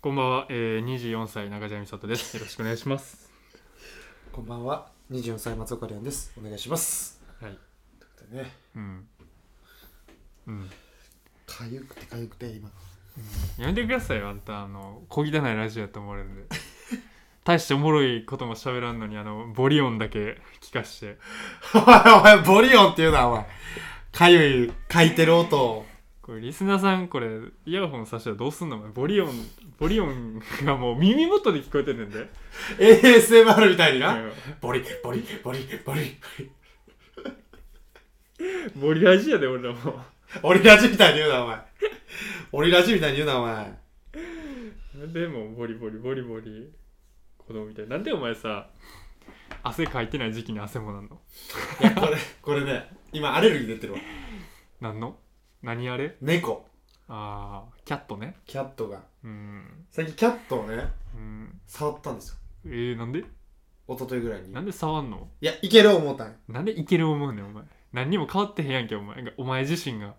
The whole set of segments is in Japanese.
こんばんは、えー、24歳中島美里です。よろしくお願いします。こんばんは、24歳松岡亮です。お願いします。はい。ね、うん。うん。かゆくてかゆくて今。やめてくださいよ、あんた、あの、小汚いラジオやと思われるんで。大しておもろいことも喋らんのに、あの、ボリオンだけ聞かして。お前、お前、ボリオンって言うな、お前。かゆい、かいてる音を。これ、リスナーさん、これ、イヤホンさしたらどうすんのお前ボリオン、ボリオンがもう耳元で聞こえてんねんで。 ASMR みたいにうな。んボリ、ボリ、ボリ、ボリ。ボリラジやで、俺らも。オリラジみたいに言うな、お前。オリラジみたいに言うな、お前。でもボリボリボリボリ子供みたいなんでお前さ汗かいてない時期に汗もなんのいや、これ、これね、今アレルギー出てるわ。なんの何あれ猫、あーキャットねキャットが。うん最近キャットをね、うん触ったんですよ。えー、なんで一昨日ぐらいに。いなんで触んのや、いける思ったんよなんでいける思うねんお前何にも変わってへんやんけお前がお前自身が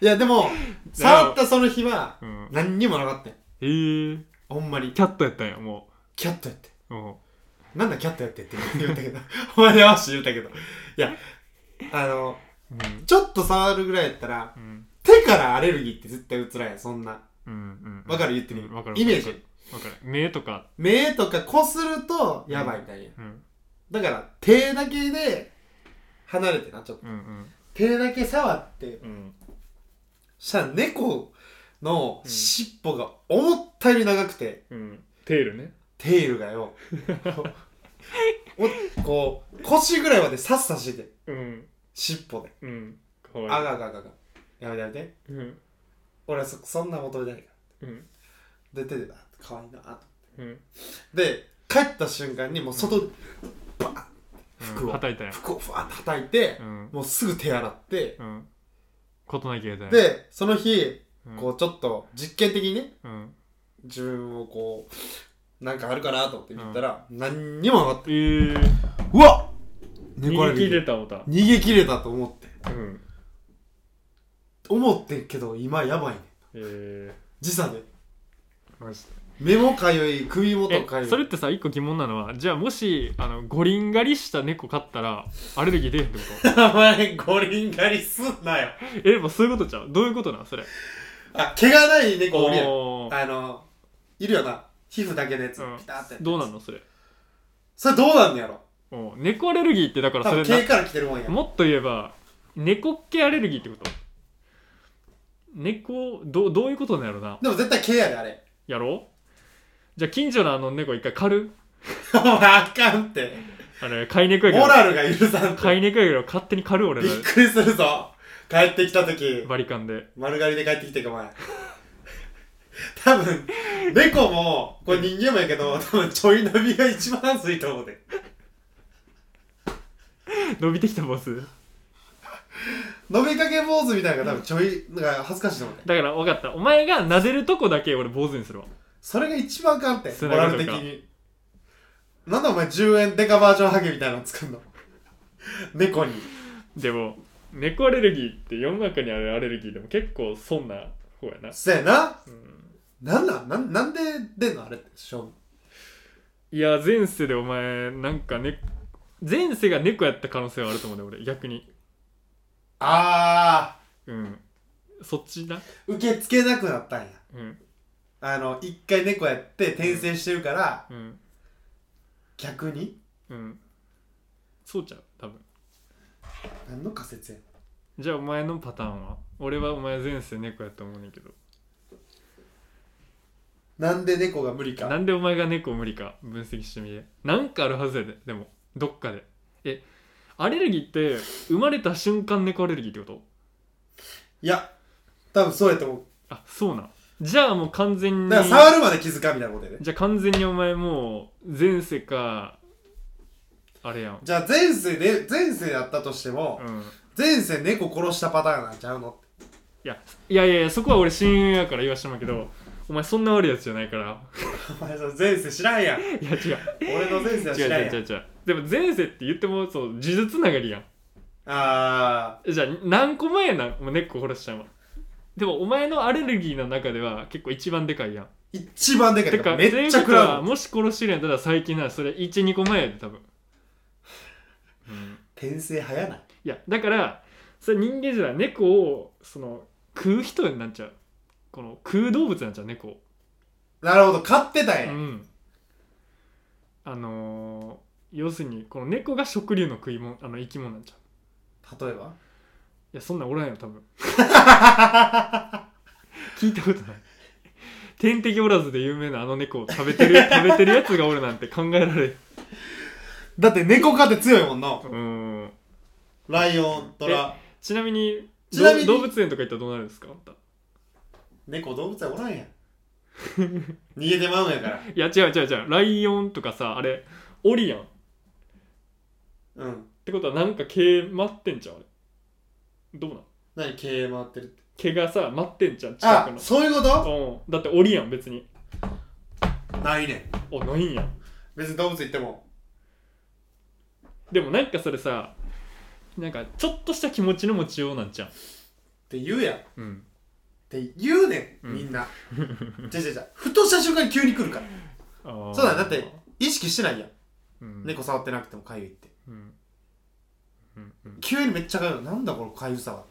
いや、でも、触ったその日は、うん何にもなかったんよえー、ほんまに。キャットやったんやもキャットやって。うもなんだキャットやってって言ったけど。 お前でわし言ったけど。いや、あの、ううんちょっと触るぐらいやったら、うん手からアレルギーって絶対うつらいやん、そんな。うんうんわかる言ってる、うんわかるイメーわかジ。るわかる目とか目とかこすると、やばいみたいな。うんだから、手だけで、離れてな、ちょっと。うんうん手だけ触って、うんしたら猫の尻尾が思ったより長くて、うんテールねテールが よ、おこう、腰ぐらいまでさっさしてて、うん尻尾うで。んかわいいあがあがあがあが。やめてやめて。うん俺はそそんな求めてないかうんら。で、出てた。可愛いなと。うんで、帰った瞬間にもう外、バーン服を叩いたやん服をふわーって叩いてう、んもうすぐ手洗って、うんことなきゃいけないで、その日、うんこうちょっと実験的にね、うん自分をこう、なんかあるかなと思って見たら、何にもなかった。えーうわ猫逃アげレルギ切れー。たもた逃げ切れたと思って。うん思ってんけど、今やばいね。え時差で。ーマジで目もかゆい、首元かゆえい。それってさ一個疑問なのはじゃあもしあの五輪狩りした猫飼ったらアレルギー出へんってこお前、五輪狩りすんなよ。と えでもそういうことちゃうどういうことなんそれあ、毛がない猫おりやん。おーあの、いるよな。皮膚だけのやつうん。ピタって。どうなんのそれそれどうなんのやろおー猫アレルギーってだから多そ分れ毛なから来てるもんや。もっと言えば猫っ毛アレルギーってこと猫どうどういうことなんやろなでも絶対毛やで、あ れ。やろうじゃあ近所のあの猫一回狩るお前、あかんって。あれ飼い猫やけモどラルが許さん飼て。い猫やけど勝手に狩る俺びらっくりするぞ。帰ってきたとき、バリカンで丸刈りで帰ってきてか、お前。多分、猫も、これ人間もやけど、多分ちょい伸びが一番熱いと思うで。伸びてきたボス伸びかけ坊主みたいなのが多分ちょい、なんか恥ずかしいと思うで。だから分かったお前が撫でるとこだけ俺坊主にするわそれが一番あかんって、つモなラぐルとか的に。なんでお前10円デカバージョンハゲみたいなの作んの 猫に。でも猫アレルギーって世の中にあるアレルギーでも結構損な方やなせやな。うんなんなんなんなんで出んのあれって、しょいや前世でお前なんかね前世が猫やった可能性はあると思うね俺逆にあうんそっちなー、受け付けなくなったんや。うんあの、一回猫やって転生してるから、うん逆にうんそうちゃう多分何の仮説やじゃあお前のパターンは俺はお前前世猫やと思うねんけどなんで猫が無理か。なんでお前が猫無理か分析してみてなんかあるはずやででもどっかでえアレルギーって生まれた瞬間猫アレルギーってこといや、多分そうやと思あそうなんじゃあもう完全う。にだから触るまで気づかんみたいなことやで。じゃあ完全にお前もう前世かあれやんじゃあ前世で、前世やったとしても、うん前世猫殺したパターンなんちゃうのいやいやいやいやそこは俺親友やから言わしてもらうけどお前そんな悪いやつじゃないから お前その前世知らんやん。いや違う俺の前世違うは知らん違うや違ん。う違うでも前世って言ってもそう呪術つながりやんあじゃあ何個前なんもう猫殺しちゃうわでもお前のアレルギーの中では結構一番でかいやん一番でかいてかからめっちゃ食らうのもし殺してるんやったら最近ならそれ12個前やで多分、うん、転生早ないいやだからそれ人間じゃない猫をその食う人になっちゃうこの食う動物になっちゃう猫をなるほど買ってたんうや、んあのー要するにこの猫が食竜の食い物あの生き物なんちゃう例えばいやそんなんおらんよ多分 聞いたことない天敵おらずで有名なあの猫を食べてる 食べてるやつがおるなんて考えられんだって猫科って強いもんなうんライオントラちなみにどちなみに動物園とか行ったらどうなるんですかあんた猫動物はおらん やん逃げてまうんやからいや違う違う違うライオンとかさあれオリやんっうんてことはなんか毛待ってんじゃんあれどうなん何経営回ってるって毛がさ待ってんじゃん近あくのそういうことうん、だっておりやん別にないねんあないんや別に動物行ってもでもなんかそれさなんかちょっとした気持ちの持ちようなんじゃんって言うやんっうんて言うねんうんみんな、じゃじゃじゃふとした瞬間に急に来るからそうだよだって、意識してないやん、うん、猫触ってなくてもかゆいってうんうんうん急にめっちゃかゆいなんだこのかゆさは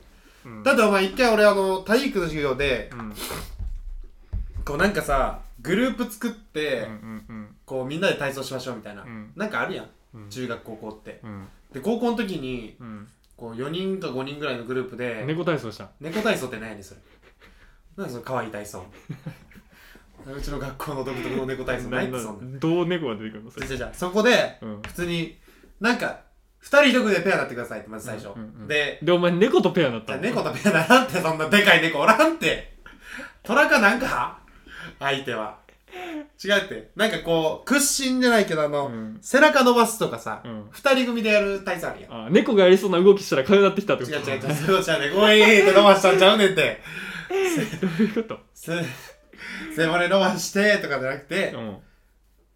うんだってお前一回俺あの体育の授業でうんこうなんかさグループ作って、うんうんこうみんなで体操しましょうみたいな、うんなんかあるやんうん中学高校ってうんで高校の時にうんこう4人か5人ぐらいのグループで、猫体操した猫体操って何やねんそれ何その可愛い 体操うちの学校の独特の猫体操ないってそんななどう猫が出てくるのそれじゃじゃじゃそこでうん普通になんか2人1組でペアになってくださいってまず最初、うんうんうんででお前猫とペアになっじたゃあの猫とペアだなんてそんなでかい猫おらんって虎かなんか相手は違うってなんかこう屈伸じゃないけどあの、うん背中伸ばすとかさ、うん二人組でやる体操あるやんあ猫がやりそうな動きしたらかゆなってきたってこと違う違う違うそうじゃねごめんって伸ばしたんちゃうねんってどういうことす背骨伸ばしてとかじゃなくてう、ん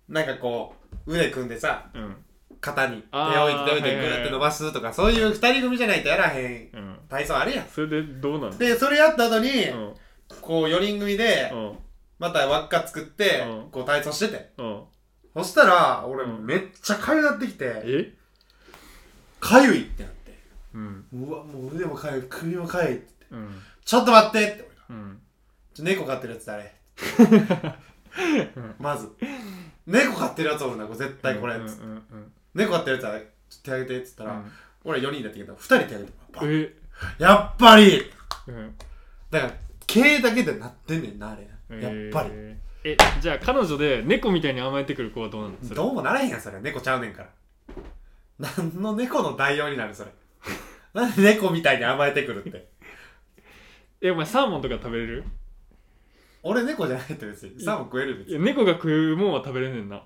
なんかこう腕組んでさうん肩に手をあー置いて手を置いてはグいはいはいーって伸ばすとかそういう二人組じゃないとやらへんうん体操あるやんそれでどうなのでそれやった後に、うんこう四人組でうんまた輪っか作って、うんこう体操しててうんそしたら俺うんめっちゃ痒くなってきてえ痒いってなってうんうわもう腕も痒い首も痒いってうんちょっと待ってって俺がうんちょ猫飼ってるや つ誰まず猫飼ってるやつおるなこれ絶対これ、うんうんうん猫飼ってるやつはちょっと手あげてっつったうら、ん俺4人だったけど2人手あげてパンえやっぱりうんだから毛だけでなってんねんなあれやっぱり、えーえじゃあ彼女で猫みたいに甘えてくる子はどうなのそれどうもならへんやんそれ猫ちゃうねんから何の猫の代用になるそれなんで猫みたいに甘えてくるってえお前サーモンとか食べれる俺猫じゃないって別にサーモン食えるい別やに猫が食うもんは食べれんねんない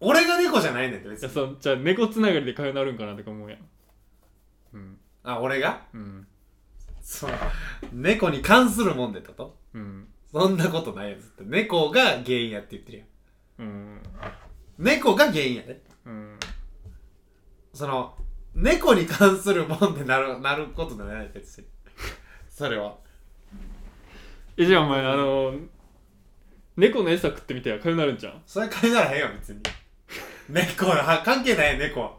俺が猫じゃないねんって別やにそじゃあ猫つながりでかゆなるんかなとか思うやんうんあ俺がうんそう猫に関するもんでってことうんそんなことないやつって。猫が原因やって言ってるやん。うん猫が原因やで。うんその、猫に関するもんでなる、なることじゃない別に。それは。えじゃあお前あの猫の餌食ってみてやかゆなるんじゃんそれ変えならへんよ、別に。猫は、関係ないよ、猫は。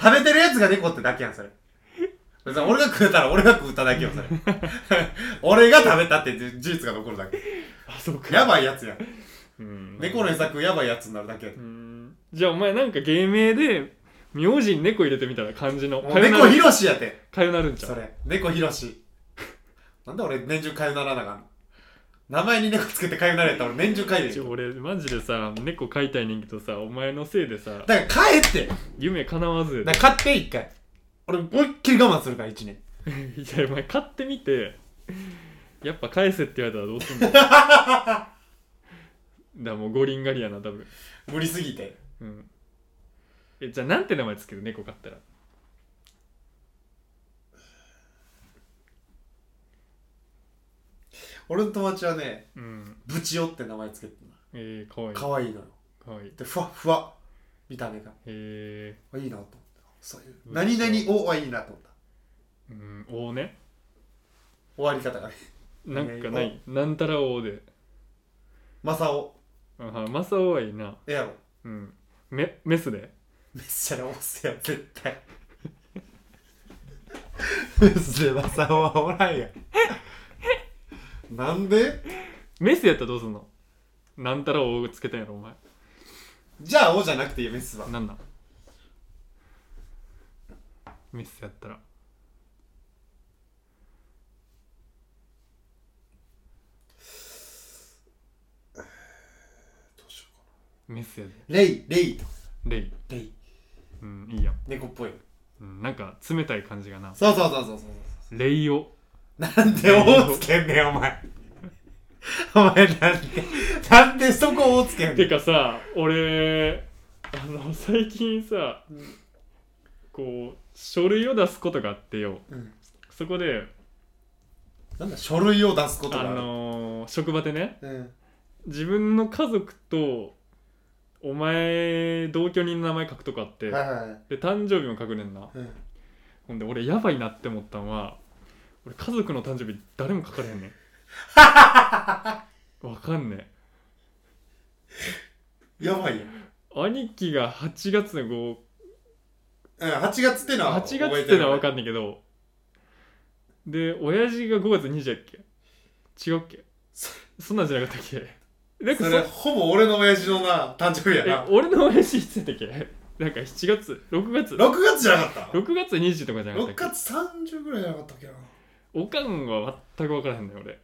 食べてるやつが猫ってだけやん、それ。別に俺が食うたら俺が食うただけよ、そ れ。俺が食べたって事実が残るだけ。あそうやばいやつやん。うん猫の餌食うやばいやつになるだけやでうんじゃあお前なんか芸名で名字に猫入れてみたら感じのもかうゆな猫ひるろしやて。かゆなるんじゃそんれ猫ひろしなんで俺年中かゆならなあかんの名前に猫つけてかゆなられたら俺年中かゆいちょよ俺マジでさ猫飼いたいねんけどさお前のせいでさだから帰って夢叶わずやでだから買って一回俺思いっきり我慢するから一年いやお前買ってみてやっぱ返せって言われたらどうすん のだからもう五輪狩りやな多分無理すぎてうんえじゃあなんて名前つける猫飼ったら俺の友達はねうんブチオって名前つけてるえー、かわいいかわいいのよかわいいでふわっふわ見た目がえあいいなと思ったそういうブチ何オ々おはいいなと思ったー、うんおね終わり方がねなんかないなんたら王でマサオ。あマサオはいいなええやろ。うんメメスでめっちゃラオスやん、絶対。メスでマサオはおらんやん。なんでメスやったらどうすんのなんたら王つけたんやろお前じゃあ、おじゃなくていいよ、メスは。なんなんメスやったらメスやでレイ、レイと。レイレイ。うんいいやん、猫っぽい。うん、なんか冷たい感じがなそうそうそうそうそう。レイオなんで王つけんねん、お前。お前、なんで、なんでそこ王つけんねてん。かさ俺あの最近さ、こう書類を出すことがあってようんそこでなんだ、書類を出すことあがある。のー職場でねうん。自分の家族とお前同居人の名前書くとかあって、はいはいはい。で誕生日も書くねんなうん。ほんで俺やばいなって思ったんは俺家族の誕生日誰も書かれへん ねんわかんねえやばいやん。兄貴が8月の5うん、8月ってのは8覚え月てる。ってのは分かんないけどで親父が5月20やっけ違うっけそそんなんじゃなかったっけなんかそそれ、ほぼ俺の親父のな、誕生日やえな。俺の親父いつやったっけなんか7月6月6月じゃなかった6月20とかじゃなかった6っけ月30ぐらいじゃなかったっけなおかんは全く分からへんね俺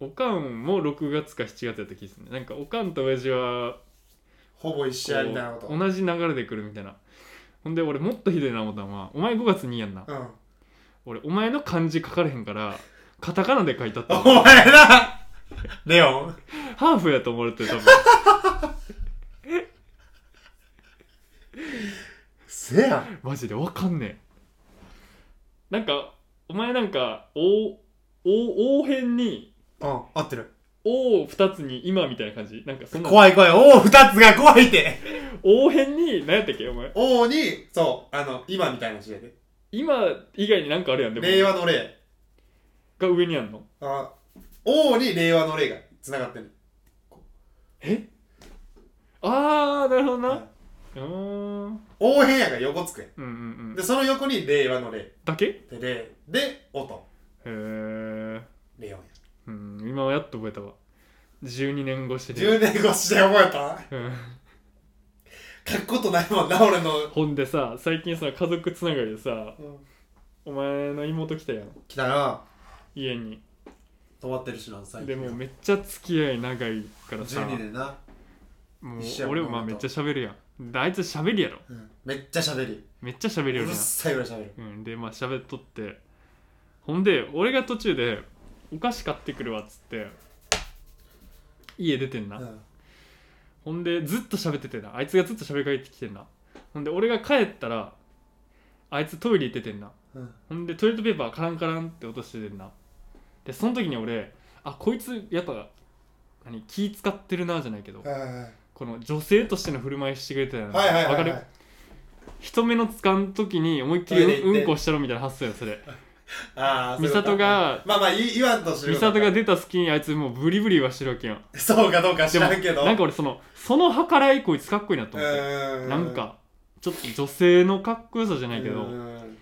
おかんも6月か7月やった気がするねなんかおかんと親父はほぼ一緒やみたいなことこう同じ流れで来るみたいなほんで俺もっとひどいな思ったのはお前5月にやんなうん俺お前の漢字書かれへんからカタカナで書いたって お前なレオンハーフやと思われてる多分せやマジでわかんねえなんかお前なんかおお王編にうん合ってる王を2つに今みたいな感じなんかそんな怖い怖い王二つが怖いって王編に何やったっけお前王にそうあの今みたいな字やで今以外になんかあるやんでも令和の令が上にあんのあ王に令和の令がつながってるえああなるほどな、うんうーん王変やから横つくやうんうんうんんでその横に令和の令だけへで令で音え、レオンやうん、今はやっと覚えたわ12年越しで、 10年越しで覚えたうん、書くことないもんな俺のほんでさ最近さ家族つながりでさうおん前の妹来たやん来たら家に止まってるしな最でもうめっちゃ付き合い長いからさ12年な、もう一緒やもん俺なもまあめっちゃ喋るやんであいつ喋りやろうん、めっちゃ喋りめっちゃ喋うるよなるさいぐらい喋るうん、でまあ喋っとってほんで俺が途中で「お菓子買ってくるわ」っつって家出てんな、うんほんでずっと喋っててなあいつがずっと喋りかけてきてんなほんで俺が帰ったらあいつトイレ行っててんなうんほんでトイレットペーパーカランカランって落としててんなでその時に俺あこいつやっぱ何気使ってるなじゃないけどはいはいはいこの女性としての振る舞いしてくれたよなはいはいわはかいるはい人目のつかん時に思いっきトイレり行ってうんこしたろみたいな発想やそれああ美里がまあまあ言い言わんとする美里が出た隙にあいつもうブリブリはしてるわけやんそうかどうか知でもらんけどなんか俺そのその計らいこいつかっこいいなとう思ってーんなんかちょっと女性のかっこよさじゃないけうどーん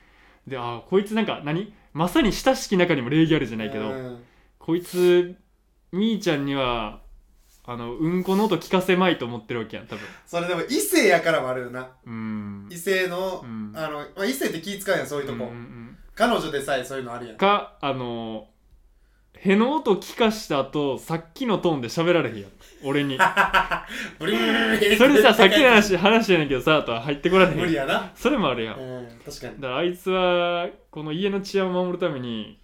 であーこいつなんか何まさに親しき中にも礼儀あるじゃないけうどーんこいつみーちゃんにはあのうんこの音聞かせまいと思ってるわけやん多分それでも異性やからもあるよなうーん異性の、うんあの、まあ、異性って気使うやんそういうとこ、うんうんうん彼女でさえそういうのあるやんかあのへの音聞かした後さっきのトーンで喋られへんやん俺に ブリブリブリブリそれささっきの話話じゃないけどさとは入ってこられへ無ん理やなそれもあるやんうん確かにだからあいつはこの家の治安を守るために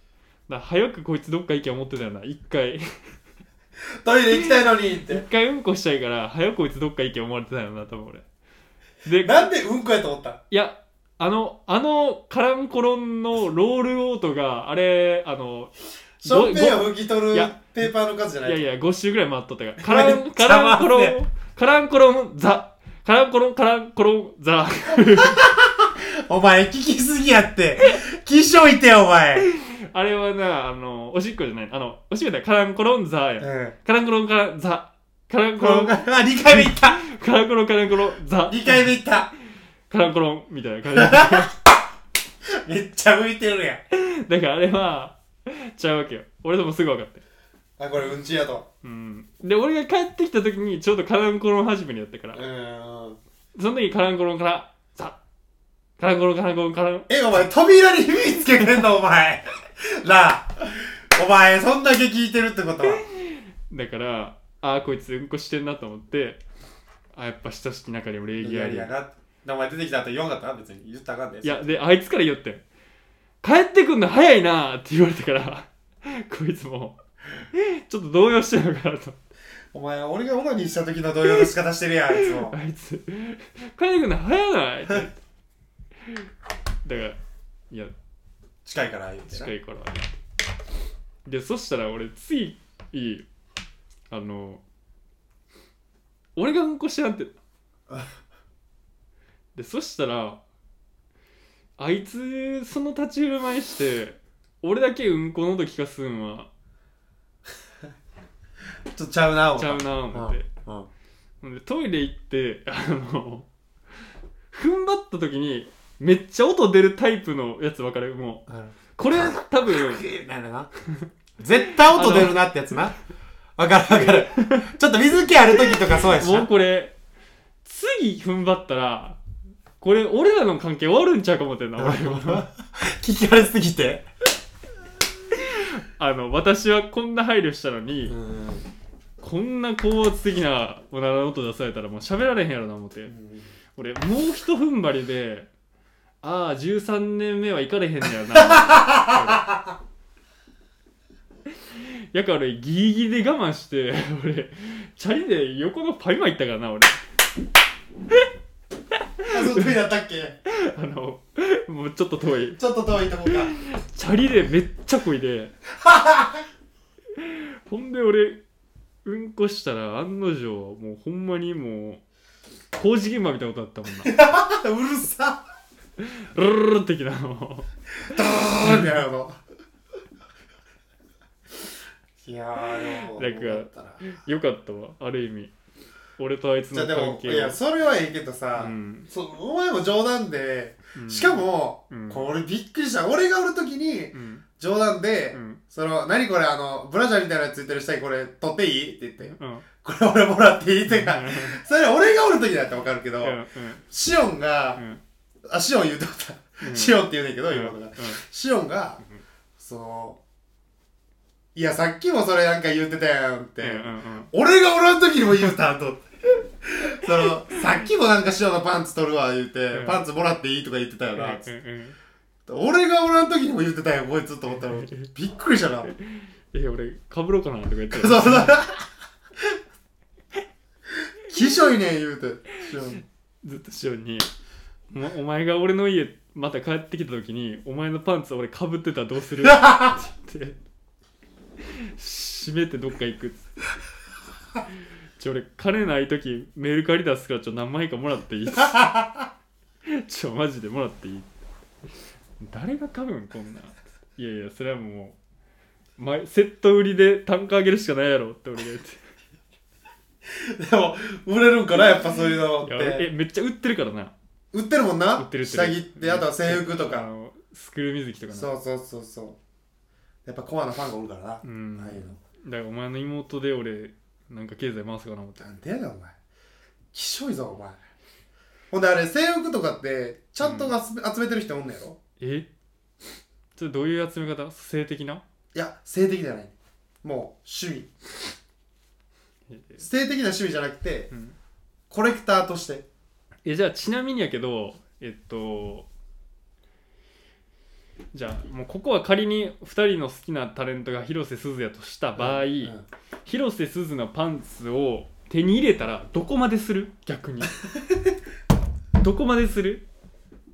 だから早くこいつどっか意見を持ってたよな一回一 トイレ行きたいのにって回うんこしたいから早くこいつどっか意見思われてたよな多分俺でなんでうんこやと思ったいやあのあのカランコロンのロールオートがあれあのションペンごを拭き取るいやペーパーの数じゃないいやいや5周ぐらい回っとったからカラ めっンちカゃランコロ回すンカランコロンザカランコロンカランコロンザ お前聞きすぎやって。気象いてよ、お前。あれはな、あの、おしっこじゃない。あの、おしっこだよカランコロンザーや。うん。カランコロンカランザ。カランコこロの、ン、あ、2回目行ったカランコロンカランコロンザ。 !2 回目行ったカランコロンみたいな 感じ。めっちゃ浮いてるやん。だからあれは、ちゃうわけよ。俺でもすぐ分かって。あ、これうんちやと。うん。で、俺が帰ってきた時にちょうどカランコロン始めにやったからう。ん。その時カランコロンカランザ。カランコロンカランコロンカラン。え、お前、扉に火つけてんの、お前。なあ。お前、そんだけ聞いてるってことは。だから、ああ、こいつうんこしてんなと思って、あーやっぱ親しき中にも礼い儀あやりいや、や。なって。お前出てきた後4だったな、別に。言ったらあかんで。いや、で、あいつから言おってん。帰ってくんの早いなーって言われたから、こいつも、ちょっと動揺してるのかなと。お前、俺がオナニーした時の動揺の仕方してるやん、いつ も。あいつ、帰ってくんの早ないって言って。だから、いや、近いから言ってな近。いから言ってでそしたら俺ついあの俺がうんこしてなんてでそしたらあいつその立ち振る舞いして俺だけうんこの音聞かすんはちょっとちゃうな、お前。ちゃうな思ってうん。うん。ほんでトイレ行ってあの踏ん張った時にめっちゃ音出るタイプのやつ分かるもううんこれ多分なんだな。絶対音出るなってやつな。わかるわかる。ちょっと水気ある時とかそうやしもうな。これ、次踏ん張ったら、これ、俺らの関係終わるんちゃうか思ってんな、俺は。聞き荒れすぎて。あの、私はこんな配慮したのに、ん。こんな高圧的なおならの音出されたらもう喋られへんやろな、思って。俺、もう一踏ん張りで、ああ、13年目はいかれへんねやな。 やから俺、ギリギリで我慢して、俺、チャリで横のパイマ行ったからな、俺。あ、そう、トイレだったっけあの、もうちょっと遠い。ちょっと遠いとこか。チャリでめっちゃこいでほんで俺うんこしたら案の定もうほんまにもう工事現場みたいなことだったもんなうるさルルルルってきなもドーンってやるの。いやー、なでもんかよったなうよかったわある意味俺とあいつじのゃあで関も、い係や、はそれはええけどさ、うんそうお前も冗談で、うんしかも、うんこれびっくりした。俺がおるときにう、ん冗談で、うんその、何これ、あの、ブラジャーみたいなやつついてる下にこれ、取っていいって言って、うんこれ俺もらっていいってかうん、それ俺がおるときだってわかるけど、うんシオンが、うんあ、シオン言うてもった。うんシオンって言うねんけど、うん今のが。うんシオンが、その、いや、さっきもそれなんか言ってたやんって、うんうん俺がおらん時にも言うたと。その、さっきもなんか塩のパンツ取るわ、言うて、んパンツもらっていいとか言ってたよな。うんうんうん俺がおらん時にも言ってたよ、こいつと思ったら、びっくりしたな。え俺かぶろうかなとか言ってそうそう。きしょいねん、言うて。ずっと師匠に「お前お前が俺の家また帰ってきた時にお前のパンツ俺かぶってたらどうする?」って言って「閉めてどっか行く」っつってちょ俺金ない時メルカリ出すからちょ何枚かもらっていい?」 ちょマジでもらっていい?」誰が買うんこんなんいやいやそれはもう前セット売りで単価上げるしかないやろって俺が言ってでも、売れるんかな、やっぱそういうのっいや俺えて。めっちゃ売ってるからな売ってるもんな。売ってる売ってる下着って、あとは制服とあか。のスクール水着とかなそうそうそうそう。やっぱコアなファンがおるからな。うんああいうの。だからお前の妹で俺なんか経済回すかな思ってなんでやねんお前きしょいぞお前ほんであれ制服とかってちゃんとが集め,、集めてる人おんのやろえそれどういう集め方性的ないや性的じゃないもう趣え味性的な趣味じゃなくてうんコレクターとしてえじゃあちなみにやけどえっとじゃあもうここは仮に2人の好きなタレントが広瀬すずやとした場合、うんうん広瀬すずのパンツを手に入れたらどこまでする逆にどこまでする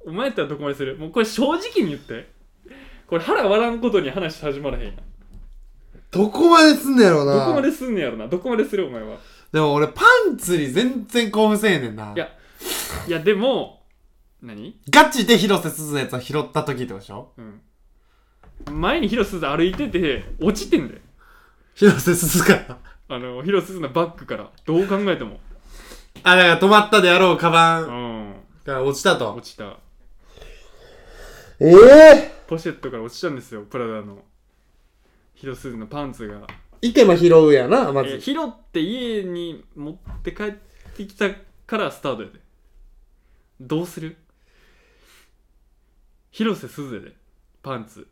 お前やったらどこまでするもうこれ正直に言ってこれ腹割らんことに話始まらへんやんどこまですんねやろうなどこまですんねやろなどこまでするお前はでも俺パンツに全然興奮せえへんねんないやいやでも何ガチで広瀬すずのやつを拾った時ってことでしょうん前に広瀬すず歩いてて落ちてんだよ広瀬すずから。あの広瀬すずのバッグからどう考えてもあ、だから止まったであろう、カバうンんが落ちたと落。ちたええポシェットから落ちたんですよプラダの広瀬すずのパンツが、一回ま拾うやな、えまー。拾って家に持って帰ってきたからスタートやでどうする広瀬すずやでパンツ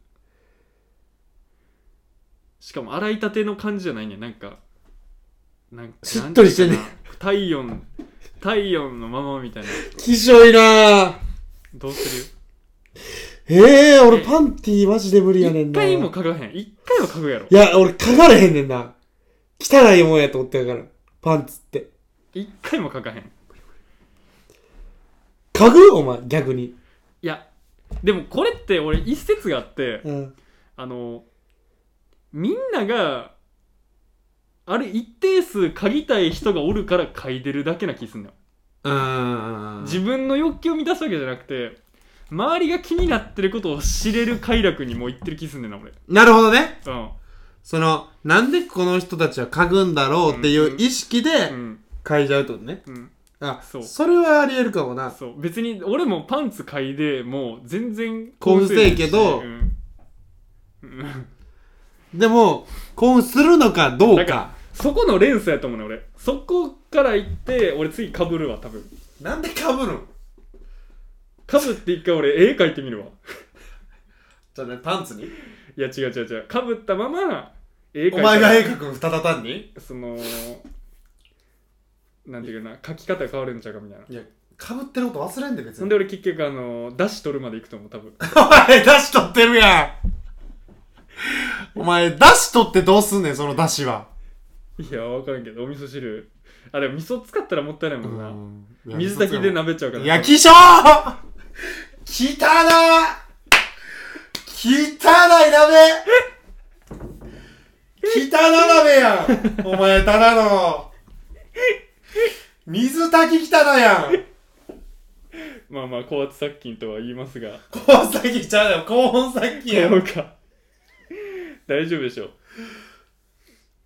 しかも洗いたての感じじゃないねんなんかなんかしっとりしてんねんなんいうかな体温体温のままみたいなきしょいなどうするええ俺えパンティーマジで無理やねん一な。回も嗅がへん一回は嗅ぐやろいや、俺嗅がれへんねんな。汚いもんやと思ってやから。パンツって。一回も嗅がへん嗅ぐお前、逆に。いやでもこれって俺一説があってうん。あのみんながあれ一定数嗅ぎたい人がおるから嗅いでるだけな気すんのようん自分の欲求を満たすわけじゃなくて周りが気になってることを知れる快楽にもういってる気すんねんな俺なるほどね。うんその、なんでこの人たちは嗅ぐんだろうっていう意識でうん嗅いじゃうってことね。うんあ、そうそれはあり得るかもな。そう別に俺もパンツ嗅いでもう全然興奮せえけどうんうんでも、興奮するのかどなうかんか。そこの連鎖やと思うね俺そこから行って俺次かぶるわ多分なんで被るんかぶって一回俺絵描いてみるわじゃあね、パンツにいや違う違う違うかぶったまま絵描いたお前が絵描くん、ただ単にそのなんていうかな描き方変わるんちゃうかみたいないや、被ってること忘れんで別そんに。で俺結局あの出汁取るまで行くと思う多分 お前、出汁取ってるやん。お前、出汁取ってどうすんねん、その出汁は。いや分からんけどお味噌汁あれ味噌使ったらもったいないもんな、いや水炊きで。鍋ちゃうからいや、きしょー汚な汚い鍋汚な鍋やんお前、ただの。水炊き汚いやんまあまあ高圧殺菌とは言いますが高温殺菌ちゃうよ高温殺菌やどうんか大丈夫でしょ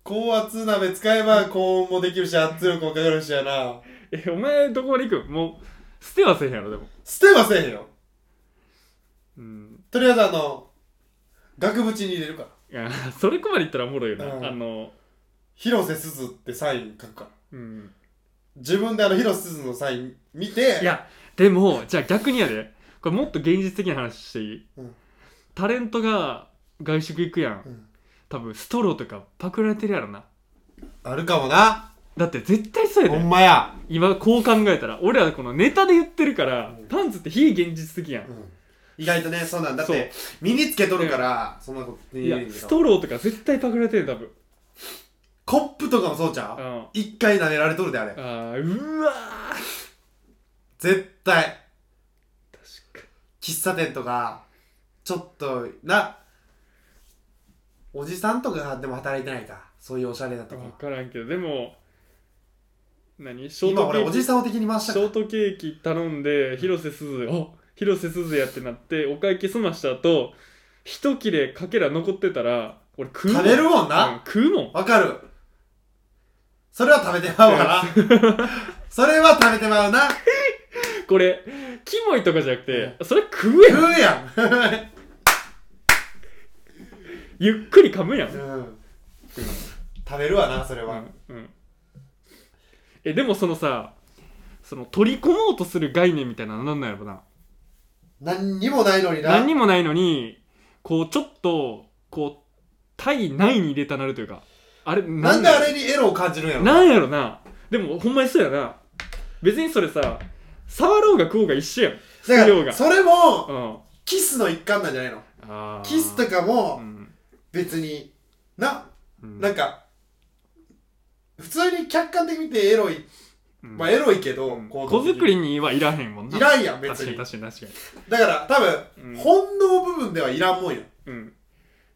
高圧鍋使えば高温もできるし圧力もかかるしやなえお前どこまで行くもう捨てはせへんやろでも捨てませんようんとりあえずあの額縁に入れるからいやそれこまで行ったらおもろいよな、うんあの広瀬すずってサイン書くからうん自分であの広瀬すずのサイン見て いやでもじゃあ逆にやでこれもっと現実的な話していい、うんタレントが外食行くやん、うん多分ストローとかパクられてるやろなあるか もなだって絶対そうやほでんまや、今こう考えたら俺らこのネタで言ってるから、うんパンツって非現実的やん、意外とねそうなんだって身につけとるからそんなこといや言えんけスどトローとか絶対パクられてる多分コップとかもそうじゃうんん一回舐められとるであれあーうわ絶対ー確か喫茶店とかちょっとなおじさんとかがでも働いてないかそういうおしゃれなとにこ分からんけどでも何ショー今トケ俺ーおキじさんを敵に回しシたョーかトケーキ頼んで広瀬すずお広瀬すずやってなってお会計済ました後一切れかけら残ってたら俺食うもん食べるもんうんな食うもんわかるそれは食べてまうわな それは食べてまうなこれキモいとかじゃなくてそれ食うやん食うやんゆっくり噛むやん、うん食べるわなそれうはんうん、えでもそのさその取り込もうとする概念みたいなのなんなんやろな何にもないのにな何にもないのにこうちょっとこう体内に入れたなるというかあれななんんでだあれにエロを感じるんやろなんやろなでもほんまにそうやな別にそれさ触ろうが食おうが一緒やんだ量かがらそれもうんキスの一環なんじゃないのあーキスとかうもん別になうんなんか普通に客観的に見てエロいうんまあエロいけどうん子行動的に作りにはいらへんもんないらんやん別確かにに確かに確かにだから多分、うん本能部分ではいらんもんようん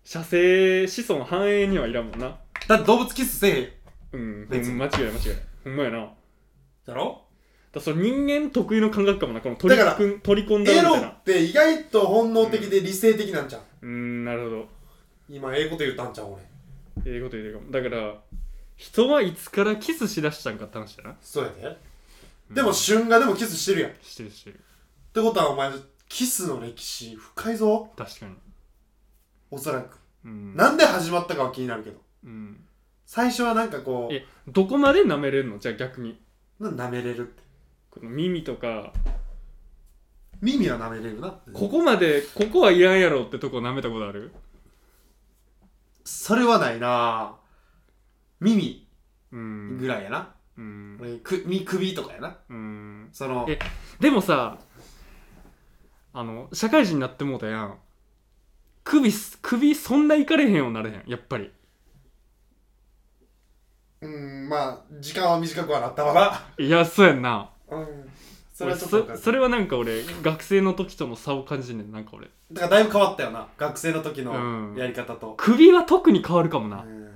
射精子孫繁栄にはいらんもんなだって動物キスせえへんうん別にうん間違いない間違いないほんまやなだろだからその人間特有の感覚かもなこの取だりからくん取り込んだエみロたいなって意外と本能的で理性的なんじゃん。うーんなるほど今、ええこと言ったんちゃう俺。ええこと言うてるかもだから人はいつからキスしだしたんかって話だなそうやで。でも、旬がでもキスしてるやん。っしてるしてるてことは、お前、キスの歴史深いぞ。確かにおそらく。うんなんで始まったかは気になるけど。うん最初はなんかこえどこまで舐めれるのじゃあ逆にう、な舐めれるって。この耳とか耳は舐めれるな。ここまでここはいらんやろってとこ舐めたことあるそれはないな耳うんぐらいやな。うん俺、く、み、首とかやな。うんそのえ、でもさあの社会人になってもうたやん首す首そんないかれへんようになれへんやっぱりうん、まあ、時間は短くはなっ たわいやそうやんなな。うん。そ俺れはちょっとわそかる。それはなんか俺学生の時との差を感じんねんなんか俺だからだいぶ変わったよな。学生の時うのんやり方と。首は特に変わるかもうな、ん。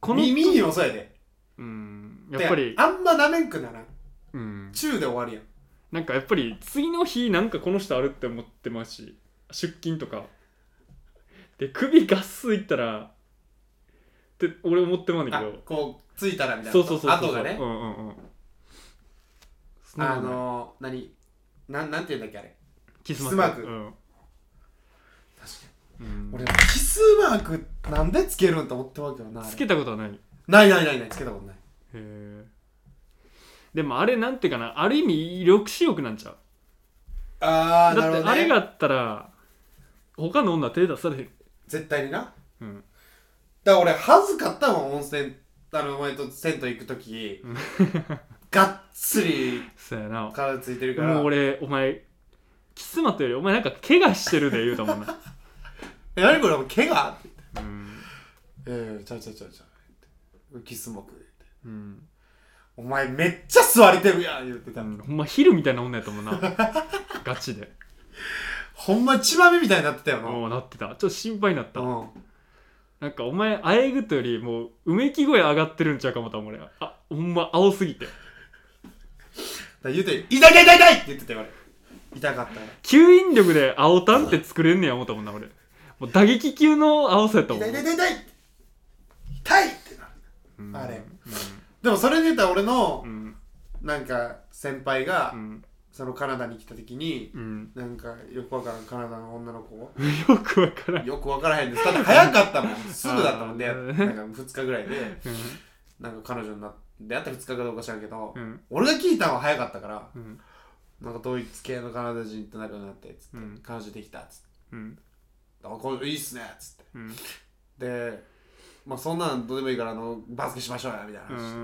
このみ耳もそうやで。うんやっぱりてかあんま舐めんくならん。うん中で終わるやん。なんかやっぱり次の日なんかこの人あるって思ってますし出勤とかで首ガッスいったらって俺思ってまうんだあけど、こう、ついたらみたいな。そうそうそうそう後がねう。んうんうんそんなあことないのー、何なん、なんて言うんだっけあれ。キスマークうん確かうん、俺、キスマークなんでつけるんと思ってまうけどな。あれつけたことはないへないないないない、つけたことない。えでもあれなんていうかなある意味抑止力なんちゃうあー、なだっるほど、てね。あれがあったら他の女手出されへん、絶対にな。うん、だから俺恥ずかったもん温泉あのお前と銭湯行く時がっつりそうやな体ついてるからもう俺お前キスマというよりお前なんか怪我してるで言うたもんな、え何これ怪我ってうんええちゃうちゃうちゃうちゃうキス目うんお前めっちゃ座れてるやん言ってた、うんほんまヒルみたいな女やと思うなガチでほんま血まみみたいになってたよなもうなってたちょっと心配になったうんなんかお前あえぐとよりもううめき声上がってるんちゃうかもた俺あほんま青すぎてだから言うて「痛い痛い痛い痛い!」って言ってたよ俺痛かったから吸引力で青タンって作れんねや思ったもんな俺もう打撃級の青さやったもん痛い痛い痛い痛い痛いってなるうんあれうんでもそれで言ったら俺のうんなんか先輩が、うんそのカナダに来た時にう、んなんかよくわからんカナダの女の子をよくわからんよく分からへんですただ早 かったもんすぐだったもんであなんーか2日ぐらいでうなんか彼女になって出会った2日かどうか知らんけど、んうん俺が聞いたのは早かったからうんなんかドイツ系のカナダ人と仲良くなってつって、うん彼女できたっつってうんあこれいいっすねっつってうんでまあそんなんどうでもいいからあのバスケしましょうやみたいなうんう話、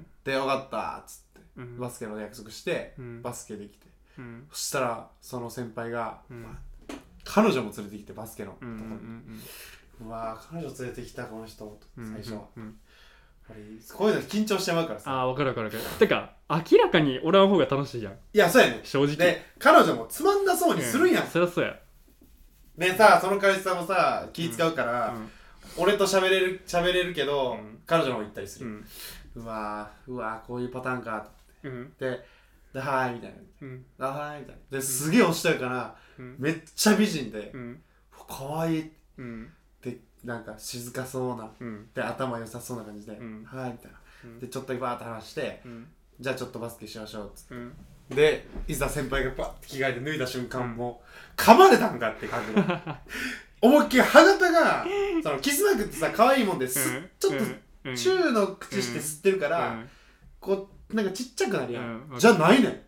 んで分かったっつってうんバスケの約束して、うんバスケできてうんそしたらその先輩が、うんまあ彼女も連れてきてバスケのとうこに、んうんうわー彼女連れてきたこの人うん最初、やっうんぱりこういうの緊張してまうからさああ分かる分かる分かるてか明らかにおらん方が楽しいじゃんいやそうやね正直で彼女もつまんなそううにするやん、そりゃそうやでさその彼氏さんもさ気使うから、俺と喋れる喋れるけど、うん彼女の方行ったりすうる、んうわーうわーこういうパターンかうんってではーいみたいなうんあはーいみたいなですげえ押したいから、うんめっちゃ美人で、うんかわいいっうんてなんか静かそうなうんで頭良さそうな感じで、んはーいみたいな、うんでちょっとバーッと話してうんじゃあちょっとバスケしましょうっつってうんでいざ先輩がパッて着替えて脱いだ瞬間もう噛まれたんかって感 じの思いっきり歯型がそのキスマークってさ可愛いもんです、ちょっとチューの口して吸ってるから、こうなんかちっちゃくなるやん、うんじゃないねん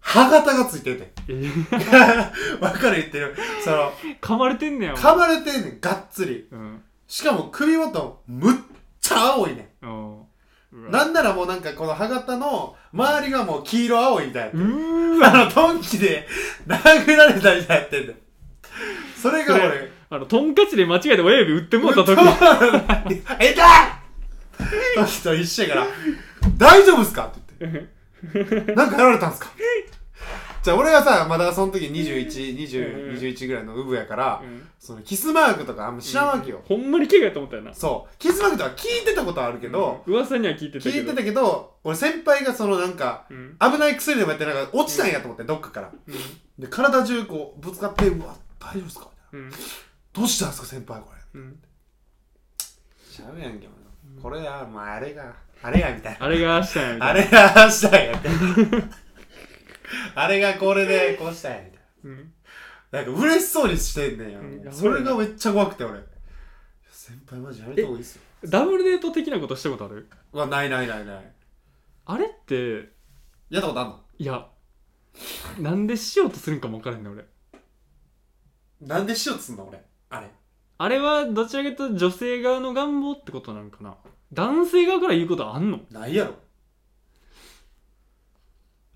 歯型がついて て噛わかる言ってるそのまれてんねや噛まれてんねんがっつりうんしかも首元むっちゃ青いねんなんならもうなんかこの歯型の周りがもう黄色青いみたいなうーわあの、トンキで殴られたみたいなやってんだよ。それがそれ俺、あのとんかつで間違えて親指打ってもうた時えたトンキと一緒やから、大丈夫っすかって言って。なんかやられたんすかじゃあ俺はさまだその時212021、うん21ぐらいのウブやから、うんそのキスマークとかあんま知らんわけよ、ほんまに怪我やと思ったよなそうキスマークとか聞いてたことはあるけど、うん噂には聞いてたけど聞いてたけど俺先輩がそのなんかうん危ない薬でもやってなんか落ちたんやと思って、どっかからで体中こうぶつかって「うわ大丈夫ですか?」みたういなんうん「どうしたんですか先輩これ」うんちゃうやんけ、お前これや、もうあれが、あれや、みたいな。あれがしたんやみたいなあれがしたんや、みたいな。あれがこれで、こうしたんや、みたいうんな。なんか嬉しそうにしてんねんよ。うんそれがめっちゃ怖くて、俺。先輩マジやめた方がいいっすよ。ダブルデート的なことしたことあるうわ、ないないないない。あれってやったことあんのいやなんでしようとするんかも分からへんね俺なんでしようとすんの、俺。あれ。あれはどちらかというと女性側の願望ってことなのかな男性側から言うことあんのないやろ。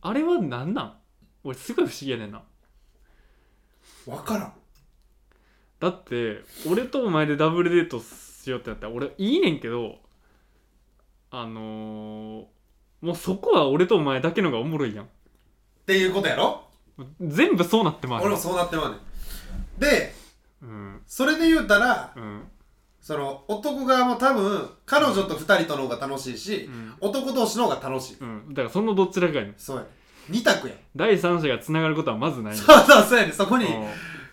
あれはなんなん俺すごい不思議やねんなわからん。だって俺とお前でダブルデートしようってなったら俺いいねんけどあのー、もうそこは俺とお前だけのがおもろいやんっていうことやろ全部そうなってまう俺もそうなってまうねん。で、うんそれで言うたら、うんその、男側も多分、彼女と二人との方が楽しいし、うん男同士の方が楽しい。うんだからそのどちらかやねんそうや。二択や。第三者がつながることはまずないねんそうそうそうやね。そこにう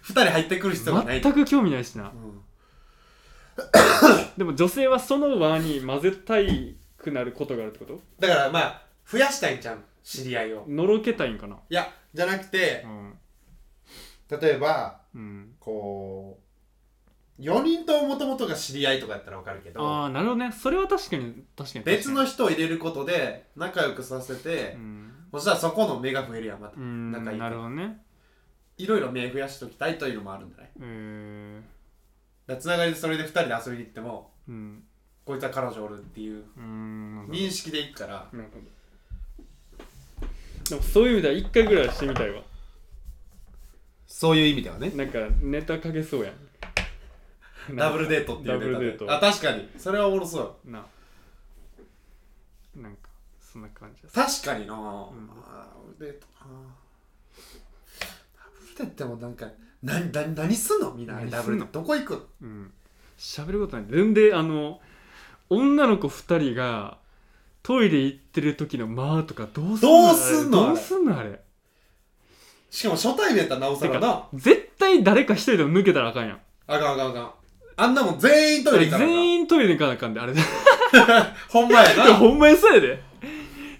二人入ってくる必要がんない。全く興味ないしなうんでも女性はその輪に混ぜたいくなることがあるってことだからまあ、増やしたいんじゃん。知り合いを。のろけたいんかないや、じゃなくてう、ん例えば、うんこう、4人ともともとが知り合いとかやったらわかるけあど、あなるほどねそれは確かに確かに別確の人を入れることで仲良くさせて、かにうんそしたらそこの目が増えるやん、またう。ん仲いいかならるほどねいろいろ目増やしておきたいというのもあるんじゃないだかえーらつながりでそれで2人で遊びに行っても、うんこいつは彼女おるっていううん認識でいくから、なるほどでもそういう意味では一回ぐらいはしてみたいわそういう意味ではね。なんかネタかけそうやんダブルデートっていうダブルデネートタで。あ、確かに。それはおもろそう。ななんかそんな感じです確かにな、んあー俺となダブルデートってもなんか何何何すんのみんな何すんのダブルデートどこ行くのうん喋ることない全然あの女の子2人がトイレ行ってる時の間とかどうすんのどうすんのあれどうすんのあれしかも初対面やったらなおてさらなか絶対誰か1人でも抜けたらあかんやんあかんあかんあかんあんなもん全員トイレ行かなあかん全員トイレ行かなあかんであれほんまやなだほんまにそうやで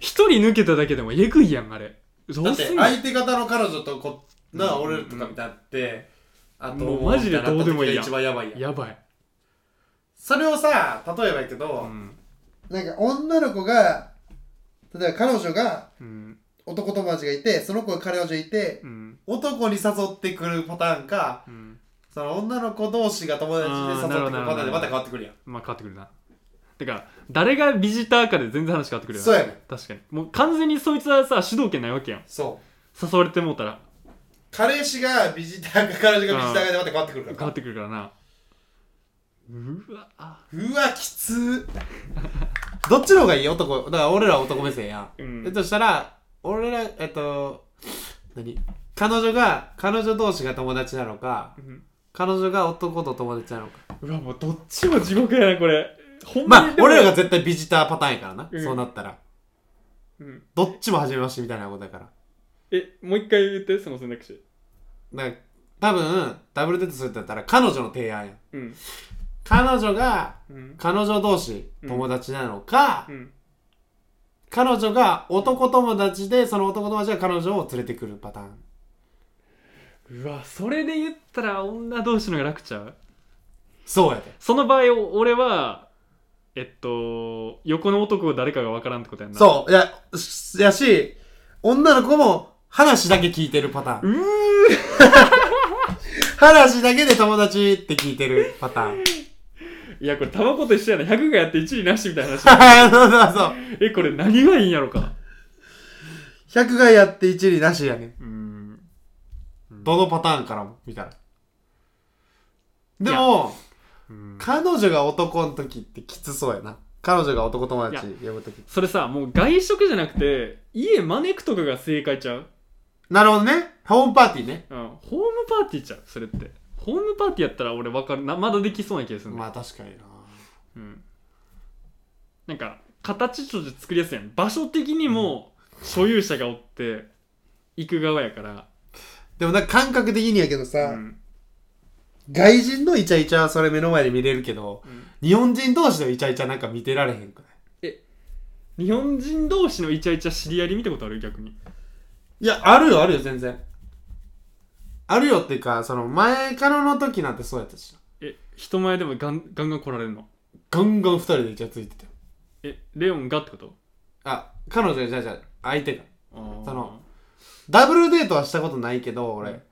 1人抜けただけでもえぐいやんあれどうってすんの相手方の彼女とこな、うん俺とかみたいになってあともうマジでどうでもいいやん一番やばいやんやばい、それをさ例えばやけうど、んなんか女の子が例えば彼女がうん男友達がいてその子が彼女いてうん男に誘ってくるパターンかうんその女の子同士が友達で誘ってくるパターンでまた変わってくるやん。まあ変わってくるなてか誰がビジターかで全然話変わってくるよなそうやねん。確かにもう完全にそいつはさ主導権ないわけやんそう。誘われてもうたら彼氏がビジターか彼女がビジターかでまた変わってくる変かわらっ。てくるからなうわあうわ、きつー。どっちの方がいい男。だから俺らは男目線やん。うんえっとしたら、俺ら、えっと、何彼女が、彼女同士が友達なのか、うん彼女が男と友達なのか。うわもうどっちも地獄やなこれほんまあ、でも俺らが絶対ビジターパターンやからな。うんそうなったら。うんどっちも初めましてみたいなことだから。えもう一回言ってその選択肢だから、多分、ダブルデートするってやったら、彼女の提案やん。うん彼女がうん彼女同士友達なのか、うん彼女が男友達でその男友達が彼女を連れてくるパターンうわそれで言ったら女同士の方が楽ちゃうそうやでその場合お俺はえっと横の男が誰かが分からんってことやんなそういやしやし女の子も話だけ聞いてるパターンうー 話だけで友達って聞いてるパターンいやこれタバコと一緒やな100がやって1位なしみたいな話そうそう そうえこれ何がいいんやろか100がやって一理なしやねんうんどのパターンからも見たらでもうん彼女が男の時ってきつそうやな彼女が男友達呼ぶ時それさもう外食じゃなくて家招くとかが正解ちゃうなるほどね。ホームパーティーね。うん、ホームパーティーちゃうそれってホームパーティーやったら俺分かるなまだできそうな気がするね、まあ確かにな。うん、なんか形として作りやすいやん場所的にも所有者がおって行く側やから、でもなんか感覚的にやけどさ、うん外人のイチャイチャはそれ目の前で見れるけど、うん日本人同士のイチャイチャなんか見てられへんくない日本人同士のイチャイチャ知り合いで見たことある逆にいや、あるよ、あるよ、全然。あるよっていうか、その前からの時なんてそうやったし。え人前でもガンガンガン来られるのガンガン二人でイチャついてて。えレオンがってことあ、彼女がじゃあじゃあ相手が。あーそのダブルデートはしたことないけど、俺。うん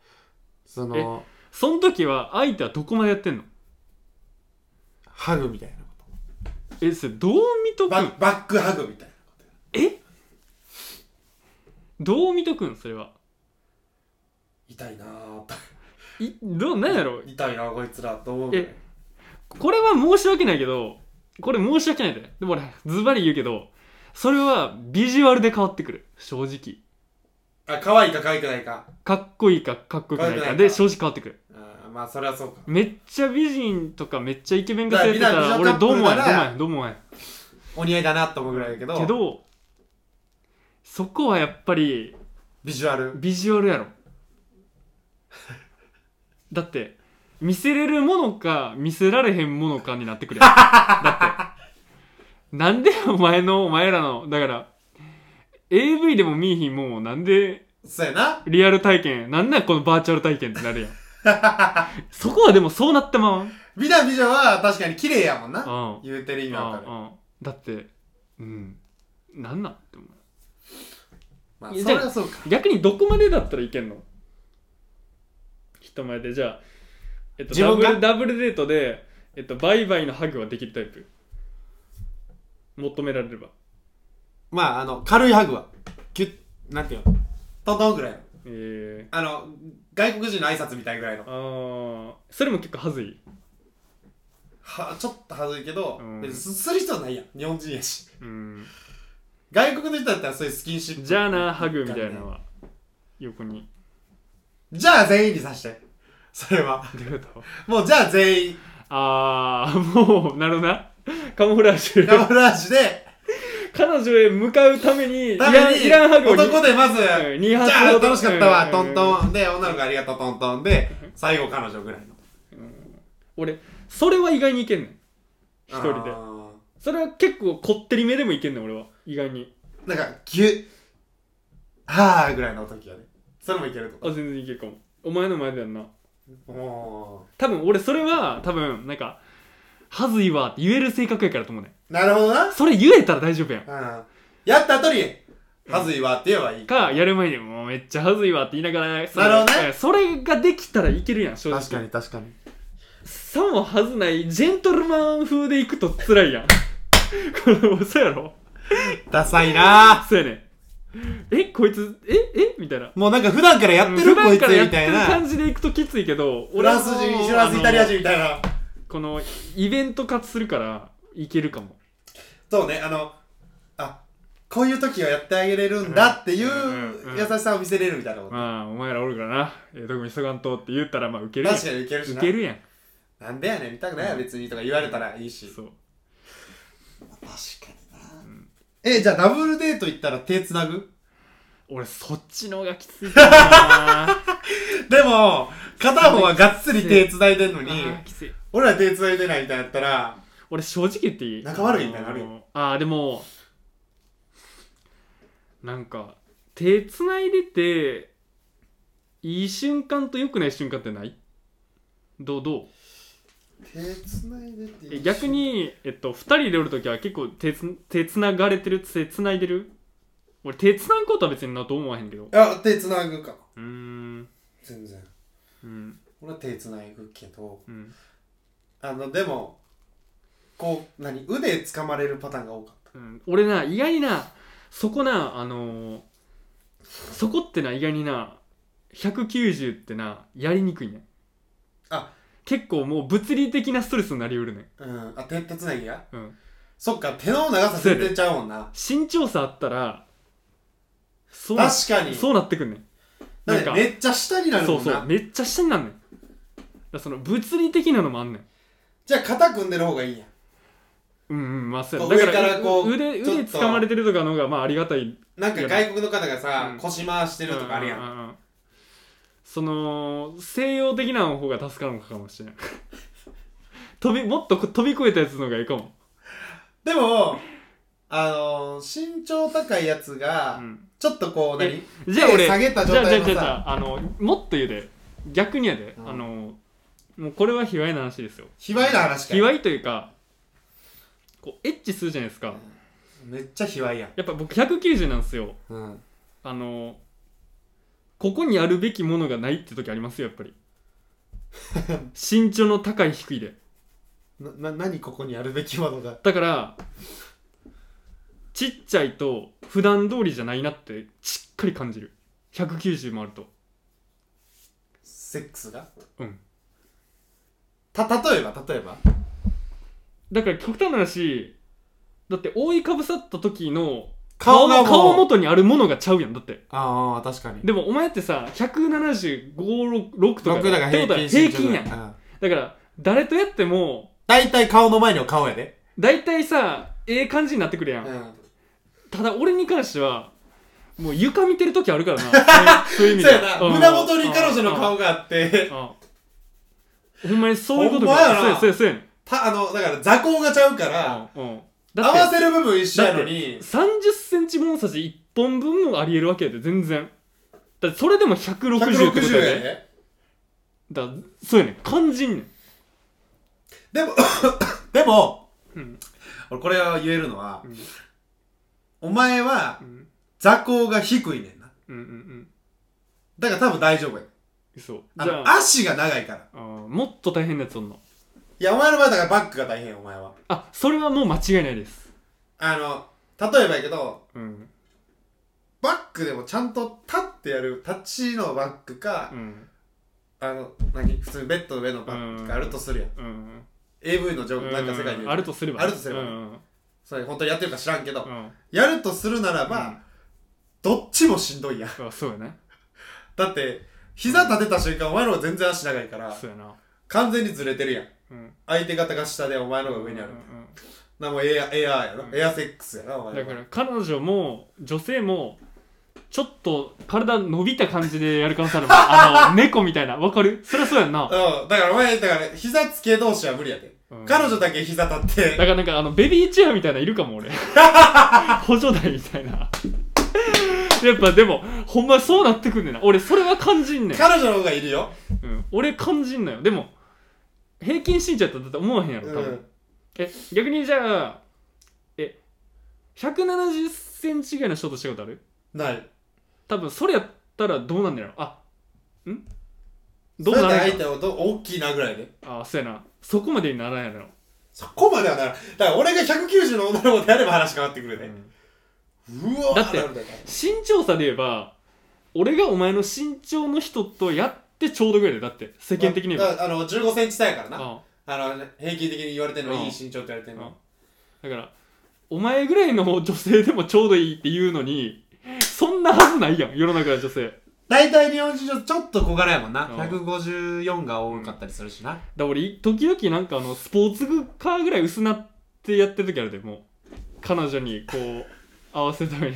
その、その時は相手はどこまでやってんのハグみたいなこえそれどう見とと。くんバックハグみたいなこと。えどう見とくんそれは痛いなぁ。いどうなんやろ痛いなこいつら、と思うぐらいえこれは申し訳ないけど、これ申し訳ないで。でも俺、ズバリ言うけど、それはビジュアルで変わってくる。正直。あ、可愛いか可愛くないか。かっこいいかかっこよくないかっこよくないかかで正直変わってくる。あまあ、それはそうか。めっちゃ美人とかめっちゃイケメンがやってただからら美俺男カップどう思わなへんらどう思わへんどう思わへんお似合いだなと思うぐらいだけど、けどそこはやっぱりビジュアル。ビジュアルやろだって見せれるものか見せられへんものかになってくるやんだってなんでお前のお前らのだから AV でも見えひんもんをなんでそうやな。リアル体験なんなんこのバーチャル体験ってなるやんそこはでもそうなってまう美男美女は確かに綺麗やもんな。ん言うてる意味わかる。うんうんだってうんなんなんって思うまあ、いやそれはそうか。逆にどこまでだったらいけんの人前でじゃあ、えっと、自ダ分ブがルダブルデートで、えっと、バイバイのハグはできるタイプ求められればまあ、あの、軽いハグは。キュッ、なんていうのトントンぐらいの。えあの、外国人の挨拶みたいぐらいのー、。あーそれも結構はずいは、ちょっとはずいけど、うん別にすする人はないやん。日本人やし。うん外国の人だったらそういうスキンシップ。じゃあなハグみたいなのは横にじゃあ全員にさして。それは。どういうこともうじゃあ全員、ああもうなるほどなカモフラージカュモフラージュで、彼女へ向かうために たいらんめいらんハに、グをに男でまず、ん二じ発ゃあほど楽しかったわ、うんトントン。で、女の子ありがとう、トントン。 で、最後彼女ぐらいの。俺それは意外にいけんねん一人であそれは結構こってりめでもいけんねん俺は意外にー。なんか、ギュッ、はーぐらいの時やね。それもいけるとあ全然いけるかもお前の前だよなお多分俺それは多分なんか「はずいわ」って言える性格やからと思うねんーなるほどな。それ言えたら大丈夫やんうん。やった後に、はずいわって言えばいい。かやる前に「もうめっちゃはずいわ」って言いながらそれなるほどねうんそれができたらいけるやん正直に確かに。さもはずないジェントルマン風でいくと辛いやん これそうやろダサいなそうやねんえこいつええみたいなぁ。もうなんか普段からやってうるんこいつからやみってたるいな。感じでいくときついけどフランス人、フランスイタリア人みたいな。このイベント化するからいけるかもそうね、あの、あ、こういう時はやってあげれるんだっていううんうん優しさを見せれるみたいなこと。まあお前らおるからなええとこ見急がんとって言ったらまあウケるやん確かにいけるしウなケ。るやんなんでやねん、見たくないや別にとか言われたらいいし。そう確かになえ、じゃあダブルデート行ったら手つなぐ俺そっちの方がきついかな あ でも、片方はがっつり手つないでんのに、ーきつい俺ら手つないでないみたいなやったら、俺正直言っていい仲悪いみたいになるやんあのあーでもなんか手繋いでていい瞬間と良くない瞬間ってないどうどう手つないでってえ逆に、えっと、2人でおるときは結構手つ手つながれてる手つないでる俺手つなぐことは別になと思わへんけどあ、手つなぐか。うーん全然。うん俺は手つないぐけど、うんあの、でも、こう、何腕掴まれるパターンが多かった。うん俺な意外になそこなあのーそこってな意外にな190ってなやりにくいねんあ結構もう物理的なストレスになりうるねんうん、あ、手、手つなぎやうんそっか、手の長さ全然ちゃうもんな。身長差あったらそうな確かに。そうなってくんねんなだっんてかめっちゃ下になるそもうんそうなめっちゃ下になんねんだからその物理的なのもあんねんじゃあ肩組んでる方がいいんやうんうんまあそうやこうだか上らからこう腕ちょ腕っと掴まれてるとかの方がまあありがたいなんか外国の方がさ、うん腰回してるとかあるやん、ううううその西洋的な方が助かるのかもしれない飛びもっとこ飛び越えたやつの方がいいかも、でもあのー身長高いやつうが、んちょっとこう何じゃあ俺手下げた状じゃあじゃあじゃ態のあじさゃああのもっと言うで逆にやで、うんあのもうこれは卑猥な話ですよ卑猥な話か卑猥というかこうエッチするじゃないですかめっちゃ卑猥やん、やっぱ僕190なんですようん、あのここにあるべきものがないって時ありますよやっぱ り身長の高い低いでなな何ここにあるべきものがだからちっちゃいと普段通りじゃないなってしっかり感じる190もあるとセックスがうんた例えば例えばだから極端な話だって覆いかぶさった時の顔がもう顔元にあるものがちゃうやんだってああ確かにでもお前ってさ1756とか僕らが平ってことは均平身長均ぐやらいんだから誰とやっても大体顔の前の顔やで大体さええ感じになってくるやん、んただ俺に関してはもう床見てる時あるから なそういうそういう意味そうでやなうん胸元に彼女の顔があってあほんまにそういうことほんまやなそうやそうやそうたあのだから座高がちゃうからやねんうん合わだってせる部分一緒やのに3 0ンチ物差し1本分もありえるわけやで全然だってそれでも160ってこと160ややででだからそうやねん肝心ねんでもでもうん俺これは言えるのはうんお前はうん座高が低いねんなうんうんうんだから多分大丈夫やそうあじゃのあ足が長いからあーもっと大変なやつおんのいやお前の場合だからバックが大変よお前はあそれはもう間違いないですあの例えばやけどうんバックでもちゃんと立ってやる立ちのバックか、うんあの何普通にベッドの上のバックがあるとするやん、うん、 AV のジョークなんか世界でう言んうあるとすればあるとすればうんうんそれ本当にやってるか知らんけど、うんやるとするならば、どっちもしんどいやんあそうやねだって膝立てた瞬間お前の方が全然足長いからそうやな完全にずれてるやんうん相手方が下でお前の方が上にある、うんうんうんなもうエアエアーやろ、うんエアセックスやなお前だのから彼女も女性もちょっと体伸びた感じでやる可能性あるもんあの猫みたいなわかる そりゃそうやんな、うん、だからお前だから膝つけ同士は無理やで、うん彼女だけ膝立ってだからなんかあのベビーチェアみたいないるかも 俺補助台みたいなやっぱでもほんまそうなってくんねんな俺それは感じんねん、彼女の方がいるよ、うん、俺感じんのよでも平均身長やったらだって思わへんやろう多分、ん、え逆にじゃあえ170センチぐらいの人としたことあるない多分それやったらどうなんだろうあんどどううななるる相手はどう大きいなぐらいで。あそうやなそこまでにならないやろ、そこまではならだから俺が190の女の子であれば話変わってくるね。うわーだってなるんだよ身長差で言えば俺がお前の身長の人とやってちょうどぐらいでだって世間的にまあは、だからあの、15センチ差やからな。ああの、平均的に言われてるのうんいい身長って言われてるの。だからお前ぐらいの女性でもちょうどいいって言うのにそんなはずないやん世の中の女性大体日本人上ちょっと小柄やもんなうん154が多かったりするしな。だから俺時々なんかあのスポーツカーぐらい薄なってやってる時あるでもう彼女にこ う合わせるために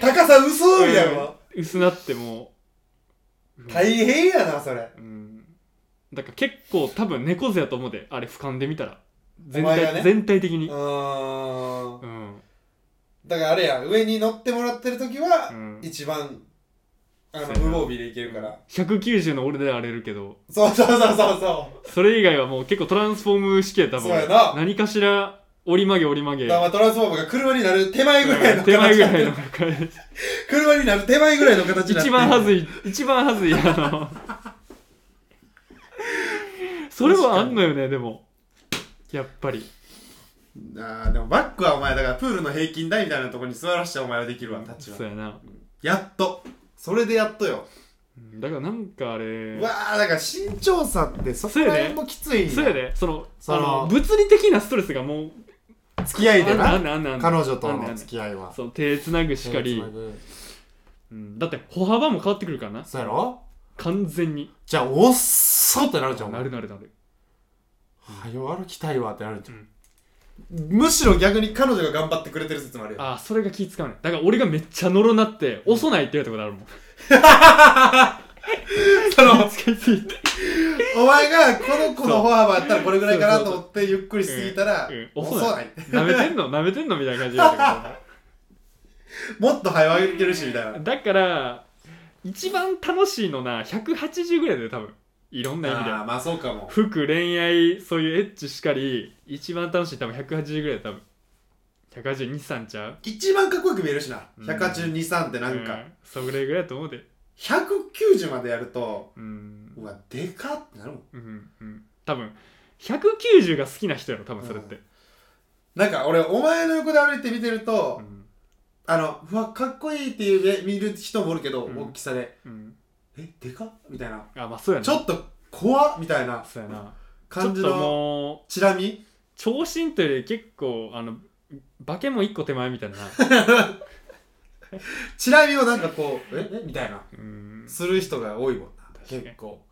高さ嘘みたいなの。薄なってもう大変やな、それ。うんだから結構多分猫背やと思うであれ俯瞰で見たら全お前が体,、ね全体的うにーん。うん、だからあれや、上に乗ってもらってる時うは、ん、一番、あのそう、やな無防備でいけるから。 190の俺で荒れるけどそうそうそうそうそそれ以外はもう結構トランスフォーム式や多分そうやな何かしら折り曲げ折り曲げう。だからトランスフォームが車になる手前ぐらいの手前ぐらいの車になる手前ぐらいの形になって一番はずい一番はずいあのそれはあんのよねでもやっぱりあーでもバックはお前だからプールの平均台みたいなところに座らせてお前はできるわタッチそうはやなやっとそれでやっとよ、うんだからなんかあれわあだから身長差ってそこら辺もきついんやそうやでそのそのあの物理的なストレスがもう付き合いであんねんあなんねんあんねん彼女とあんねんあんねのん付き合いはそう手つなぐしかり手つなぐうん、だって歩幅も変わってくるからなそうやろ完全にじゃあおっそってなるじゃんおな前るなるなるはよ歩きたいわってなるじゃん、むしろ逆に彼女が頑張ってくれてる説もあるよああそれが気使うねだから俺がめっちゃのろなって遅ないって言うところあるもん その使いすぎてお前がこの子のフォアマやったらこれぐらいかなと思ってゆっくりしすぎたら、うんうん遅遅いい舐めてんの舐めてんのみたいな感じだったもっと早いけるしみたいなけどだから一番楽しいのな180ぐらいだよ多分いろんな意味であーまあそうかも服恋愛そういうエッチしかり一番楽しい多分180ぐらいだよ多分1823ちゃう一番かっこよく見えるしなうん1823ってなんか、うそれぐらいだと思うで190までやるとうんうわでかってなるもんうんうん多分190が好きな人やろ多分それって、なんか俺お前の横で歩いて見てると、うんあのうわかっこいいっていう目見る人もおるけど、うん大きさでうん、えでかっみたいなあまあそうやなちょっと怖っみたいなそうやな感じちょっとのもうチラ見長身というより結構あの化けも一個手前みたいなチラ見をなんかこうええみたいなうん、する人が多いもんな確かに結構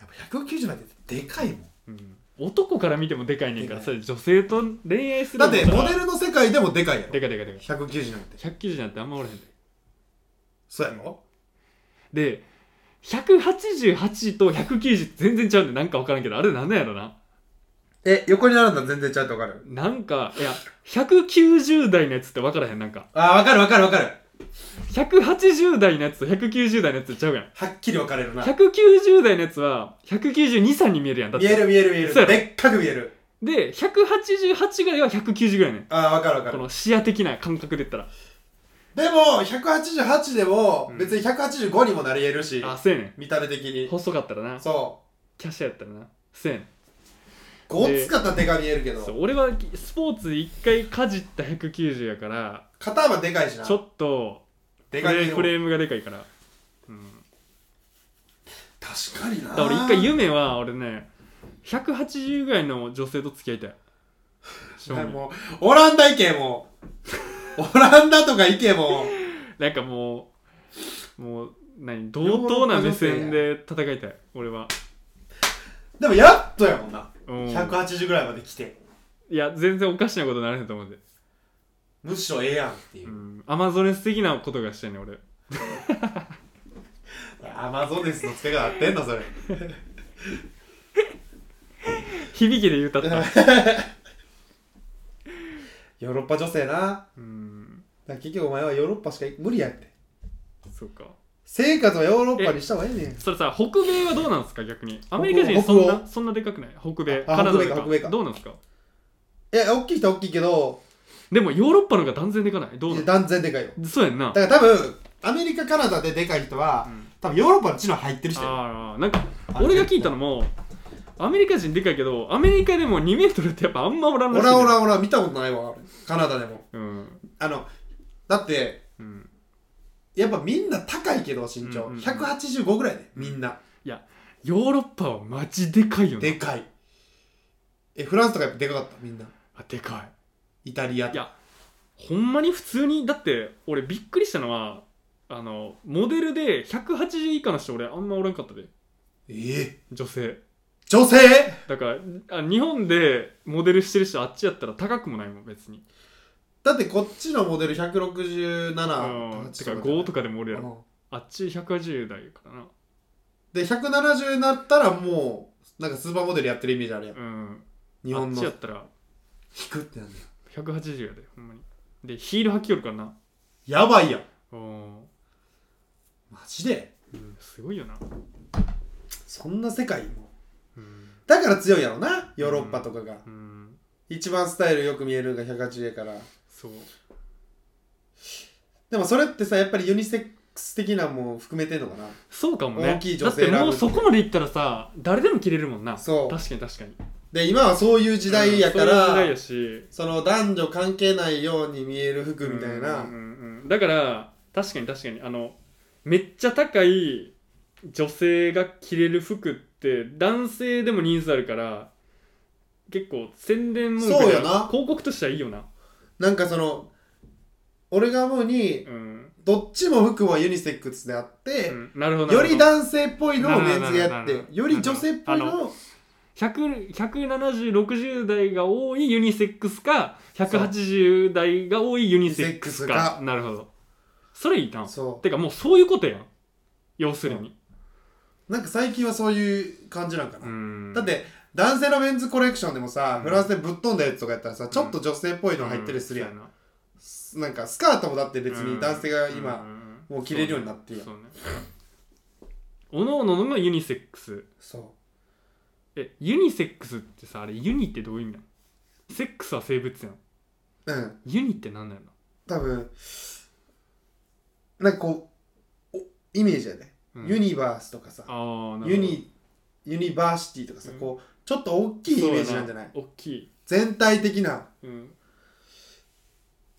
やっぱ190までってでかいもんうん、男から見てもでかいねんからでそかれ女性と恋愛するだってモデルルの世界でもでかいやろでかいでかいでかい190なんて190なんてあんまおらへんでそうやろで188と190全然ちゃうんでなんか分からんけどあれなんなんやろなえ横になるんだ全然ちゃんとわかるなんかいや190代のやつって分からへんなんかあーわかるわかるわかる180代のやつと190代のやつちゃうやんはっきり分かれるな190代のやつは192,3に見えるやんだっ見えてる見える見えるそうやろでっかく見えるで188ぐらいは190ぐらいねんああ分かる分かこるの視野的な感覚で言ったらでも188でも別に185にもなり得るし、あそうやね見た目的んに細かったらなそキャシャやったらなそうやねんうごっつかった手が見えるけそうど俺はスポーツで1回かじった190やから肩幅でかいしなちょっとでフかいレけどフレームがでかいからうん確かになだから俺一回夢は俺ね180ぐらいの女性と付き合いたい正はい味もうオランダ行けも うオランダとか行けもうなんかもうもう何同等な目線で戦いたい俺は、でもやっとやもんな、うん、い180ぐらいまで来てや全然おかしなことならへんと思うんで、むしろええやんっていうう、ん、アマゾネス的なことがしたいね俺アマゾネスのつけが合ってんのそれ響きで歌った ヨーロッパ女性なだかうんら結局お前はヨーロッパしか無理やってそうか生活はヨーロッパにした方がいいねんそれさ北米はどうなんですか逆にアメリカ人そん北なそんなでかくない北米ああカナダと北米か北米かどうなんですかいや大きい人は大きいけどでもヨーロッパの方が断然でかないどういなや断然でかいよのそうやんなだから多分アメリカカナダででかい人は、うん多分ヨーロッパの地の入ってる人よああなんか俺が聞いたのもアメリカ人でかいけどアメリカでも2メートルってやっぱあんまおらんオらしいラねオラオラ見たことないわカナダでもうんあのだってうんやっぱみんな高いけど身長、うんうんうん185ぐらいでみんな、ヨーロッパはマジでかいよねでかいえフランスとかやっぱでかかったみんなあでかいイタリアいやほんまに普通にだって俺びっくりしたのはあのモデルで180以下の人俺あんまおらんかったでええ女性女性だからあ日本でモデルしてる人あっちやったら高くもないもん別にだってこっちのモデル167うんてか5とかかでもおるやろうんあっち180代やからなで170になったらもうなんかスーパーモデルやってるイメージあるやんうん日本あっちやのったら引くってなんだよ180やでほんまにでヒール履きよるからなやばいやんうん、マジでうん、すごいよなそんな世界もうん、だから強いやろなヨーロッパとかが、うん、一番スタイルよく見えるのが180やからそうでもそれってさやっぱりユニセックス的なもん含めてんのかなそうかもね大きい女性だってもう選ぶってそこまでいったらさ誰でも着れるもんなそう確かに確かにで今はそういう時代やから、うんそういう時代やしその男女関係ないように見える服みたいな、うんうんうんだから確かに確かにあのめっちゃ高い女性が着れる服って男性でもニーズあるから結構宣伝もそうやな広告としてはいいよななんかその俺が思うにうんどっちも服もユニセックスであって、うんなるほどよりなる男性っぽいのをメンズがやっなるてほどより女性っぽいなるのほをど100 17060代が多いユニセックスか180代が多いユニセックスかユニセックスかなるほどそれいいなそてかもうそういうことやん要するにうなんか最近はそういう感じなんかな、うんだって男性のメンズコレクションでもさ、んフランスでぶっ飛んだやつとかやったらさちょっと女性っぽいの入ってるするやん、うそうなんかスカートもだってや別なに男性が今、んもう着れるようになってるやんそうねおのおののユニセックスそえユニセックスってさあれユニってどういう意味なのセックスは生物やんううんユニって何なの多分なんかこうおイメージやね、うんユニバースとかさああユニユニバーシティとかさ、うんこうちょっと大きいイメージなんじゃない大きい、全体的なうん、だか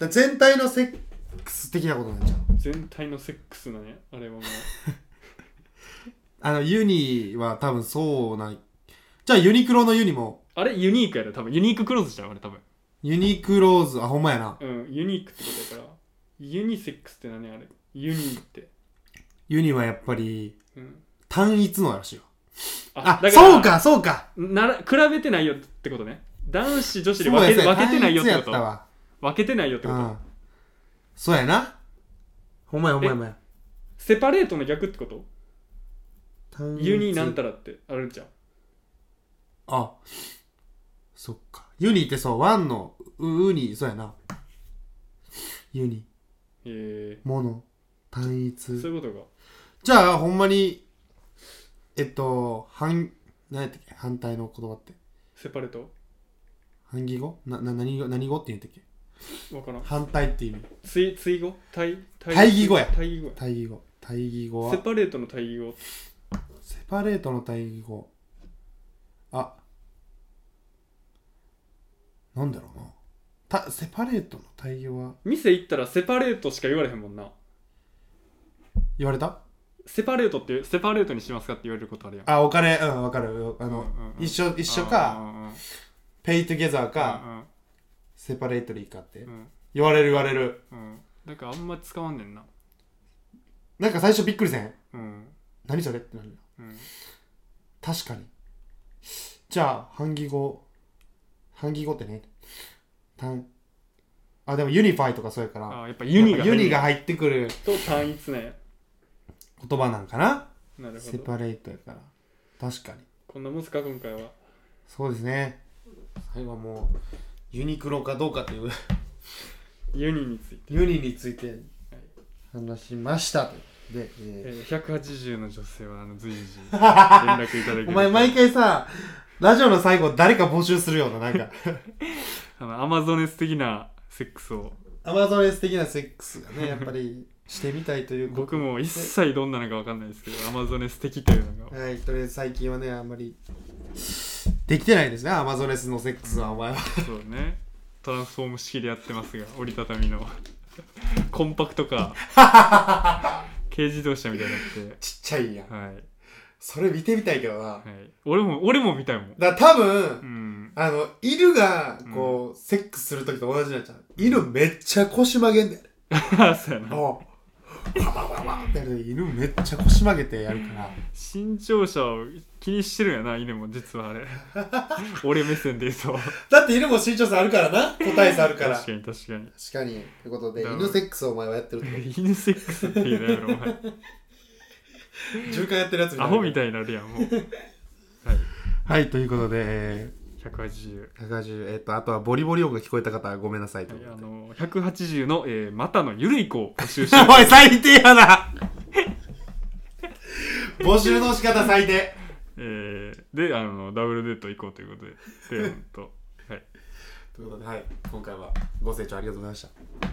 ら全体のセックス的なことなんじゃん全体のセックスなねあれはもうあのユニは多分そうなじゃあユニクロのユニもあれユニークやろ多分ユニーククローズじゃんあれ多分ユニクローズあほんまやなうんユニークってことやからユニセックスって何あれユニーってユニはやっぱりうん単一のらしいよあだらそうかそうかなら比べてないよってことね男子女子でそう分やけそうや分けてないよって単一こやったとわ分けてないよってうこと、んそうやなほんまやほんまやほんまやセパレートの逆ってこと単一ユニなんたらってあるじゃんあそっかユニってそうワンのうウニそうやなユニえモノ単一ー、そういうことかじゃあ、ほんまに、えっと、反、何やったっけ反対の言葉って。セパレート反義語な、な、何語、何語って言うんだっけ分からん反対っていう意味。追追語対対対義語や対義語対義語。対義語セは、パレートの対義語セパレートの対義語。あ、なんだろうな。た、セパレートの対義語は、店行ったらセパレートしか言われへんもんな言われたセパレートってセパレートにしますかって言われることあるやんあ、お金、うん、わかる。あの、うんうんうん一緒、一緒うか、んうんうんペイトゥゲザーか、うセパレートリーかってんう。ん言われる言われる。うんだからあんま使わんねんななんか最初びっくりせんうん何それってなる。うん確かにじゃあ版木語版木語ってね単あでもユニファイとかそうやからあやっぱユニやがっぱユニが入ってくると単一ね言葉なんかななるほセどパレートやから確かにこんなもんすか今回はそうですね最後はもうユニクロかどうかっていう ユニについて、ユニについて話しましたとで、ええー、180の女性はあの 随時連絡いただけーるお前毎回さラジオの最後誰か募集するようなな んかあのアマゾネス的なセックスをアマゾネス的なセックスがねやっぱりしてみたいということ僕も一切どんなのか分かんないですけどアマゾネス的というのがはい、とりあえず最近はね、あんまりできてないですね、アマゾネスのセックスは、お前は。そうねトランスフォーム式でやってますが折りたたみのコンパクトカー軽自動車みたいになってちっちゃいやん。はい、それ見てみたいけどな。はい、俺も俺も見たいもんだから多う分、ん あの、犬が、こう、セックスするときと同じになっちゃう。犬めっちゃ腰曲げんだよね。あそうやなもう、わわわわってやる犬めっちゃ腰曲げてやるから。新潮社を気にしてるんやな犬も実はあれ俺目線で言うとだって犬も身長差あるからな。個体差あるから。確確かに確かにかに。ということで、だから犬セックスをお前はやってるってこ犬セックスって言うなよお前と。循環やってるやつ アホみいたいになるやんもうはいな。はい、ということで、え180ー、180、えっ、と、あとはボリボリ音が聞こえた方はごめんなさいとはいあの180の、えー、またのゆるい子を募集しております おい、最低やな募集の仕方最低えー、であのダブルデート行こうということででほんとはいということで、はい、今回はご清聴ありがとうございました。